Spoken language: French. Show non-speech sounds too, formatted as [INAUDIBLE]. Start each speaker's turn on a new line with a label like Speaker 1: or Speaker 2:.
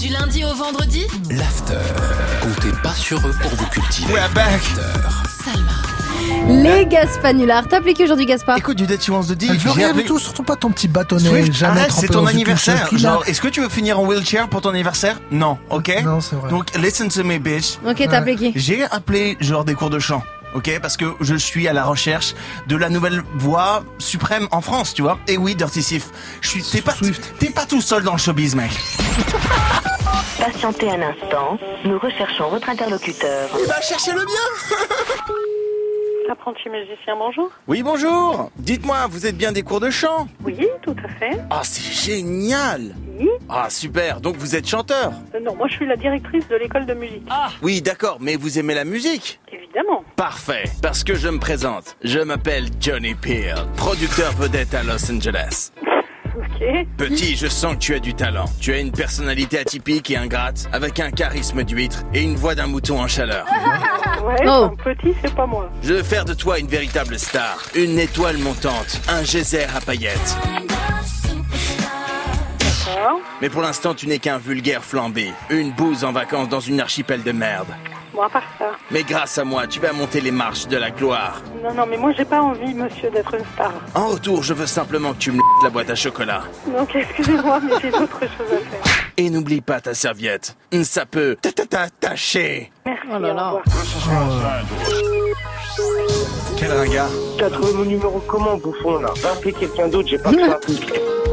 Speaker 1: Du lundi au vendredi,
Speaker 2: L'after. Comptez pas sur eux pour vous cultiver. L'after.
Speaker 1: Salma.
Speaker 3: Les Gaspanulars. T'as appelé qui aujourd'hui, Gaspard
Speaker 4: Écoute, du Dead She Wants the Deal.
Speaker 5: Je
Speaker 4: j'ai
Speaker 5: rien
Speaker 4: appelé-
Speaker 5: du tout, surtout pas ton petit bâtonnet.
Speaker 4: Swift,
Speaker 5: jamais
Speaker 4: arrête,
Speaker 5: trempé
Speaker 4: c'est ton
Speaker 5: dans aucune
Speaker 4: anniversaire.
Speaker 5: chose qui
Speaker 4: Genre,
Speaker 5: l'a.
Speaker 4: est-ce que tu veux finir en wheelchair pour ton anniversaire Non, ok
Speaker 5: Non, c'est vrai.
Speaker 4: Donc, listen to me, bitch.
Speaker 3: Ok, t'as appelé qui
Speaker 4: euh, J'ai appelé, genre, des cours de chant. Ok, parce que je suis à la recherche de la nouvelle voix suprême en France, tu vois. Et oui, Dirty Sif, je suis, t'es pas,
Speaker 5: Swift.
Speaker 4: t'es pas tout seul dans le showbiz, mec.
Speaker 6: Patientez un instant, nous recherchons votre interlocuteur.
Speaker 4: Il va chercher le bien.
Speaker 7: Apprenti musicien, bonjour.
Speaker 4: Oui, bonjour. Dites-moi, vous êtes bien des cours de chant
Speaker 7: Oui, tout à fait.
Speaker 4: Ah, c'est génial.
Speaker 7: Oui.
Speaker 4: Ah, super. Donc vous êtes chanteur.
Speaker 7: Euh, non, moi je suis la directrice de l'école de musique.
Speaker 4: Oui, d'accord, mais vous aimez la musique
Speaker 7: Évidemment.
Speaker 4: Parfait, parce que je me présente. Je m'appelle Johnny Peel, producteur vedette à Los Angeles.
Speaker 7: Ok.
Speaker 4: Petit, je sens que tu as du talent. Tu as une personnalité atypique et ingrate, avec un charisme d'huître et une voix d'un mouton en chaleur.
Speaker 7: Ouais,
Speaker 3: Oh.
Speaker 7: enfin, petit, c'est pas moi.
Speaker 4: Je veux faire de toi une véritable star, une étoile montante, un geyser à paillettes.
Speaker 7: D'accord.
Speaker 4: Mais pour l'instant, tu n'es qu'un vulgaire flambé, une bouse en vacances dans une archipel de merde.
Speaker 7: Bon, à part ça.
Speaker 4: Mais grâce à moi, tu vas monter les marches de la gloire.
Speaker 7: Non, non, mais moi j'ai pas envie, monsieur, d'être une star.
Speaker 4: En retour, je veux simplement que tu me la boîte à chocolat.
Speaker 7: Donc, [LAUGHS] excusez-moi, mais j'ai d'autres choses à faire.
Speaker 4: Et n'oublie pas ta serviette. Ça peut t'attacher.
Speaker 7: Merci.
Speaker 3: Oh là là.
Speaker 7: au revoir.
Speaker 4: Quel ringard.
Speaker 8: T'as trouvé mon numéro comment, bouffon, là Va appeler quelqu'un d'autre, j'ai pas que ça.